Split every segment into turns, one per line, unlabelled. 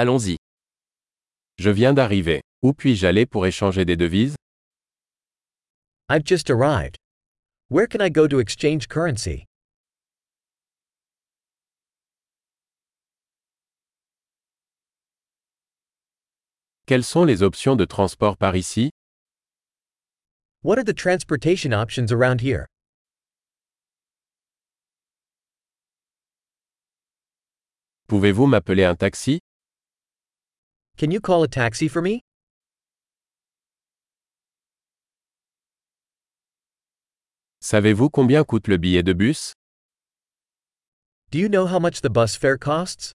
Allons-y. Je viens d'arriver. Où puis-je aller pour échanger des devises
I've just arrived. Where can I go to exchange currency?
Quelles sont les options de transport par ici
What are the transportation options around here?
Pouvez-vous m'appeler un taxi
Can you call a taxi for me?
Savez-vous combien coûte le billet de bus
Do you know how much the bus fare costs?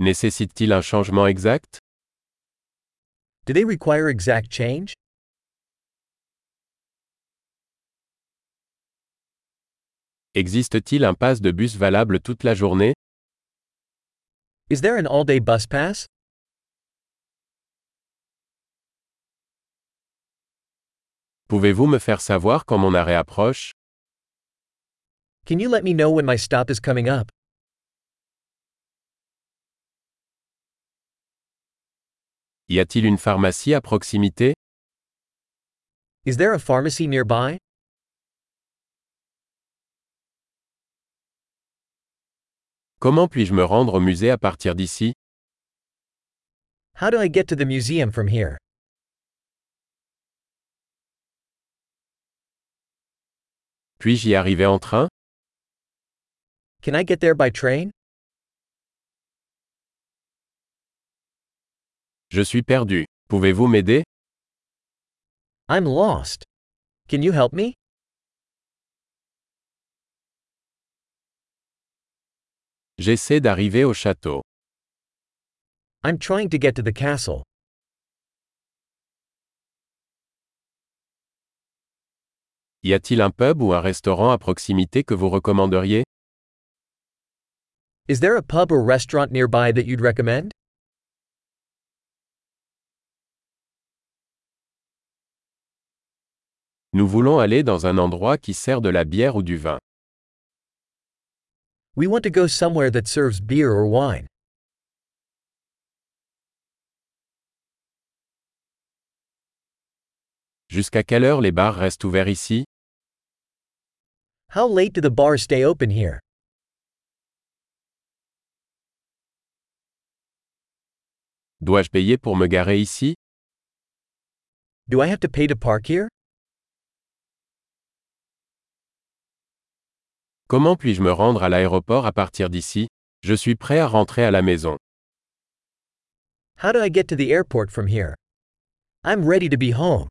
Nécessite-t-il un changement exact
Do they require exact change?
Existe-t-il un pass de bus valable toute la journée
Is there an all day bus pass?
Pouvez-vous me faire savoir quand mon arrêt approche
Can you let me know when my stop is coming up?
Y a-t-il une pharmacie à proximité
Is there a pharmacy nearby?
Comment puis-je me rendre au musée à partir d'ici
How do I get to the museum from here?
Puis-je y arriver en train
Can I get there by train?
Je suis perdu. Pouvez-vous m'aider
I'm lost. Can you help me?
J'essaie d'arriver au château.
I'm trying to get to the castle.
Y a-t-il un pub ou un restaurant à proximité que vous recommanderiez
Is there a pub or restaurant nearby that you'd recommend?
Nous voulons aller dans un endroit qui sert de la bière ou du vin.
We want to go somewhere that serves beer or wine.
Jusqu'à quelle heure les bars restent ouverts ici
How late do the bars stay open here?
Dois-je payer pour me garer ici
Do I have to pay to park here?
Comment puis-je me rendre à l'aéroport à partir d'ici Je suis prêt à rentrer à la maison.
How do I get to the airport from here? I'm ready to be home.